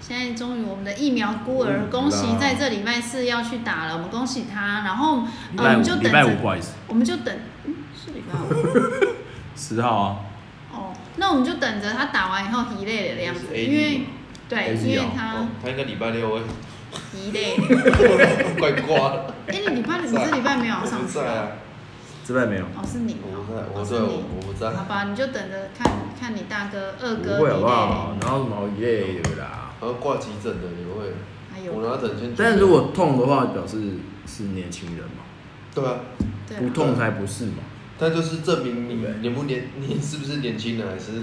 C: 现在终于我们的疫苗孤儿，
D: 嗯
C: 恭喜
D: 啦
C: 在这礼拜四要去打了，我们恭喜他。然后，
D: 礼
C: 呃，
D: 拜
C: 我们
D: 五
C: 就，
D: 礼
C: 等
D: 拜五
C: 着，
D: 不好意思，
C: 我们就等，嗯，是礼拜五
D: 十号啊，
C: 哦。那我们就等着他打完以后疲累了的样子
B: 就是，AD
C: 因为
B: 嘛
C: 对，
D: AD
C: 因为
D: 哦
C: 他
B: 哦，他应该礼拜六会
C: 疲累了。
B: 快挂了。
C: 哎，你礼拜你这礼拜没有
B: 我
C: 上
B: 不
C: 课
B: 在啊，
D: 这边没有。
C: 哦，是你
B: 我
C: 哦
B: 不在，，我
C: 哦
B: 对
C: 是
B: 我
C: 你。
B: 我不在。
C: 好吧，你就等着看看你大哥二
D: 不
C: 哥
D: 会
C: 你
D: 好不好
C: 嘞？，
D: 然后什么一类的啦。
B: 然后挂急诊的也会，
C: 还
B: 我
C: 有
B: 拿诊先去。
D: 但是如果痛的话，表示是年轻人嘛，
B: 对啊，
C: 对
D: 不
C: 啦，
D: 痛才不是嘛。
B: 但就是证明你
D: 对
B: 年不年，你是不是年轻人还是？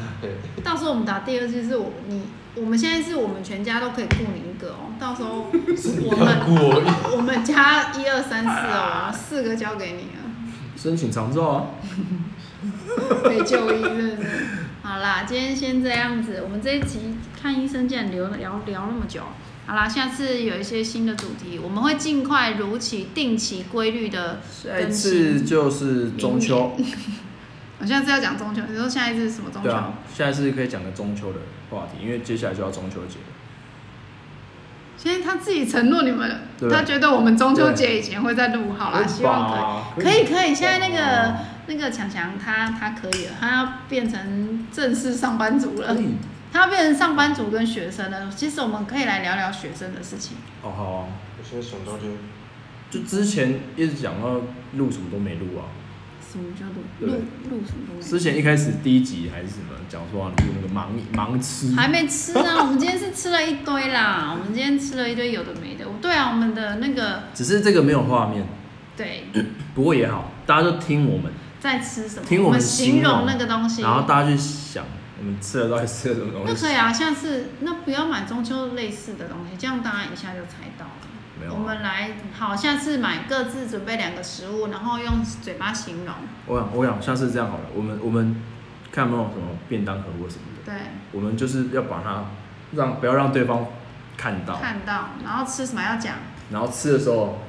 C: 到时候我们打第二季是我你，我们现在是我们全家都可以雇你一个哦。到时候我
B: 要
C: 们
B: 过我
C: 我们家一二三四哦， 四个交给你啊了，
D: 申请长 照啊，
C: 可以就医真的是。好啦，今天先这样子，我们这一集看医生竟然聊聊聊那么久。好啦，下次有一些新的主题，我们会尽快如期、定期、规律的
D: 下一次就是中秋，
C: 我现在是要讲中秋，你说下一次是什么中秋？
D: 对啊，下一次可以讲个中秋的话题，因为接下来就要中秋节了。
C: 现在他自己承诺你们，
D: 对
C: 他觉得我们中秋节以前会再录好啦，
D: 对
C: 希望可以，
D: 啊可
C: 可
D: 以
C: 以
D: 吧
C: 可以。现在那个
D: 哦
C: 那个强强他他可以了，他要变成正式上班族了
D: 可，以
C: 他要变成上班族跟学生了。其实我们可以来聊聊学生的事情，
D: 哦，好啊、
B: 现在想到就
D: 就之前一直讲到录什么都没录啊，
C: 什么叫录
D: 对
C: 录录什么东西？
D: 之前一开始第一集还是什么讲说啊录那个盲盲吃，
C: 还没吃啊， 我们今天是吃了一堆啦，我们今天吃了一堆有的没的。对啊，我们的那个
D: 只是这个没有画面，
C: 对
D: 不过也好，大家就听我们，
C: 在吃什么，
D: 听
C: 我
D: 们
C: 形
D: 形容
C: 容那个东西，
D: 然后大家去想我们吃了到底吃了什么
C: 那
D: 东西
C: 可。以啊，下次那不要买中秋类似的东西，这样大家一下就猜到了。
D: 没有啊
C: 我们来好，下次买各自准备两个食物，然后用嘴巴形容。
D: 我想，我想下次这样好了，我们我们看有没有什么便当盒或什么的，
C: 对，
D: 我们就是要把它让不要让对方看到，
C: 看到，然后吃什么要讲，
D: 然后吃的时候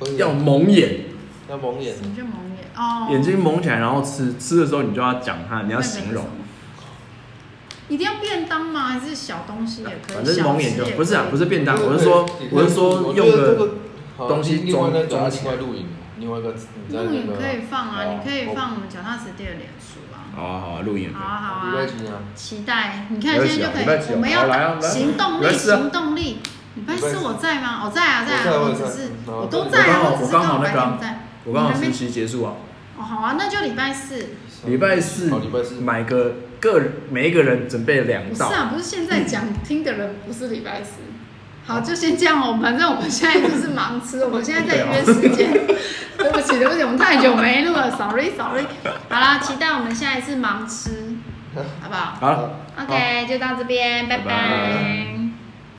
B: 可以啊
D: 要蒙眼，
B: 要蒙眼
C: 什，么叫蒙眼哦，
D: 眼睛蒙起来，然后吃吃的时候你就要讲它，你
C: 你
D: 要形容，
C: 一定要便当吗？还是小东西也可以？
D: 反正蒙眼
C: 小
D: 就
C: 吃也
D: 不是啊，
C: 可以
D: 不是便当，我
B: 我
D: 是说，我是说用个，东西
B: 另外
D: 装
B: 那个啊
D: 装起
B: 另
D: 来
B: 外录影，另外一个你在
C: 录
B: 那
C: 影
B: 个
C: 可以放啊，
B: 哦
C: 你可以
B: 哦
C: 放我们脚踏实地的脸书啊。
D: 好啊好啊，录影
C: 好啊好
B: 礼拜
C: 啊，
B: 几啊？
C: 期待。你看
D: 礼拜
C: 现在就可
D: 几啊礼拜
C: 以
D: 几，啊
C: 我们
D: 好来啊
C: 要
D: 来啊
C: 行动
D: 礼拜
C: 力，
D: 四啊
C: 行动力。礼拜
B: 礼
C: 四
B: 拜四
C: 我在吗？我在啊，在啊，我
B: 我在我
C: 只
B: 在
C: 是
B: 然后
C: 我都
B: 我
C: 在啊，
D: 刚好
C: 只是
D: 我刚好
C: 刚白
D: 那个啊
C: 天不在。
D: 我刚好
C: 你还没
D: 实习结束啊，
C: 哦，好啊，那就礼拜四。
D: 礼拜四
B: 哦好，礼拜四
D: 买个个每一个人准备两
C: 不是
D: 道，
C: 啊，不是现在讲，听的人不是礼拜四。好，就先这样哦。反正我们现在就是忙吃，我们现在在约时 间。对不起，对不起，我们太久没录了，sorry sorry。好啦，期待我们下一次忙吃，好不好
D: 好了。
C: ？OK，就到这边，拜
D: 拜
C: 拜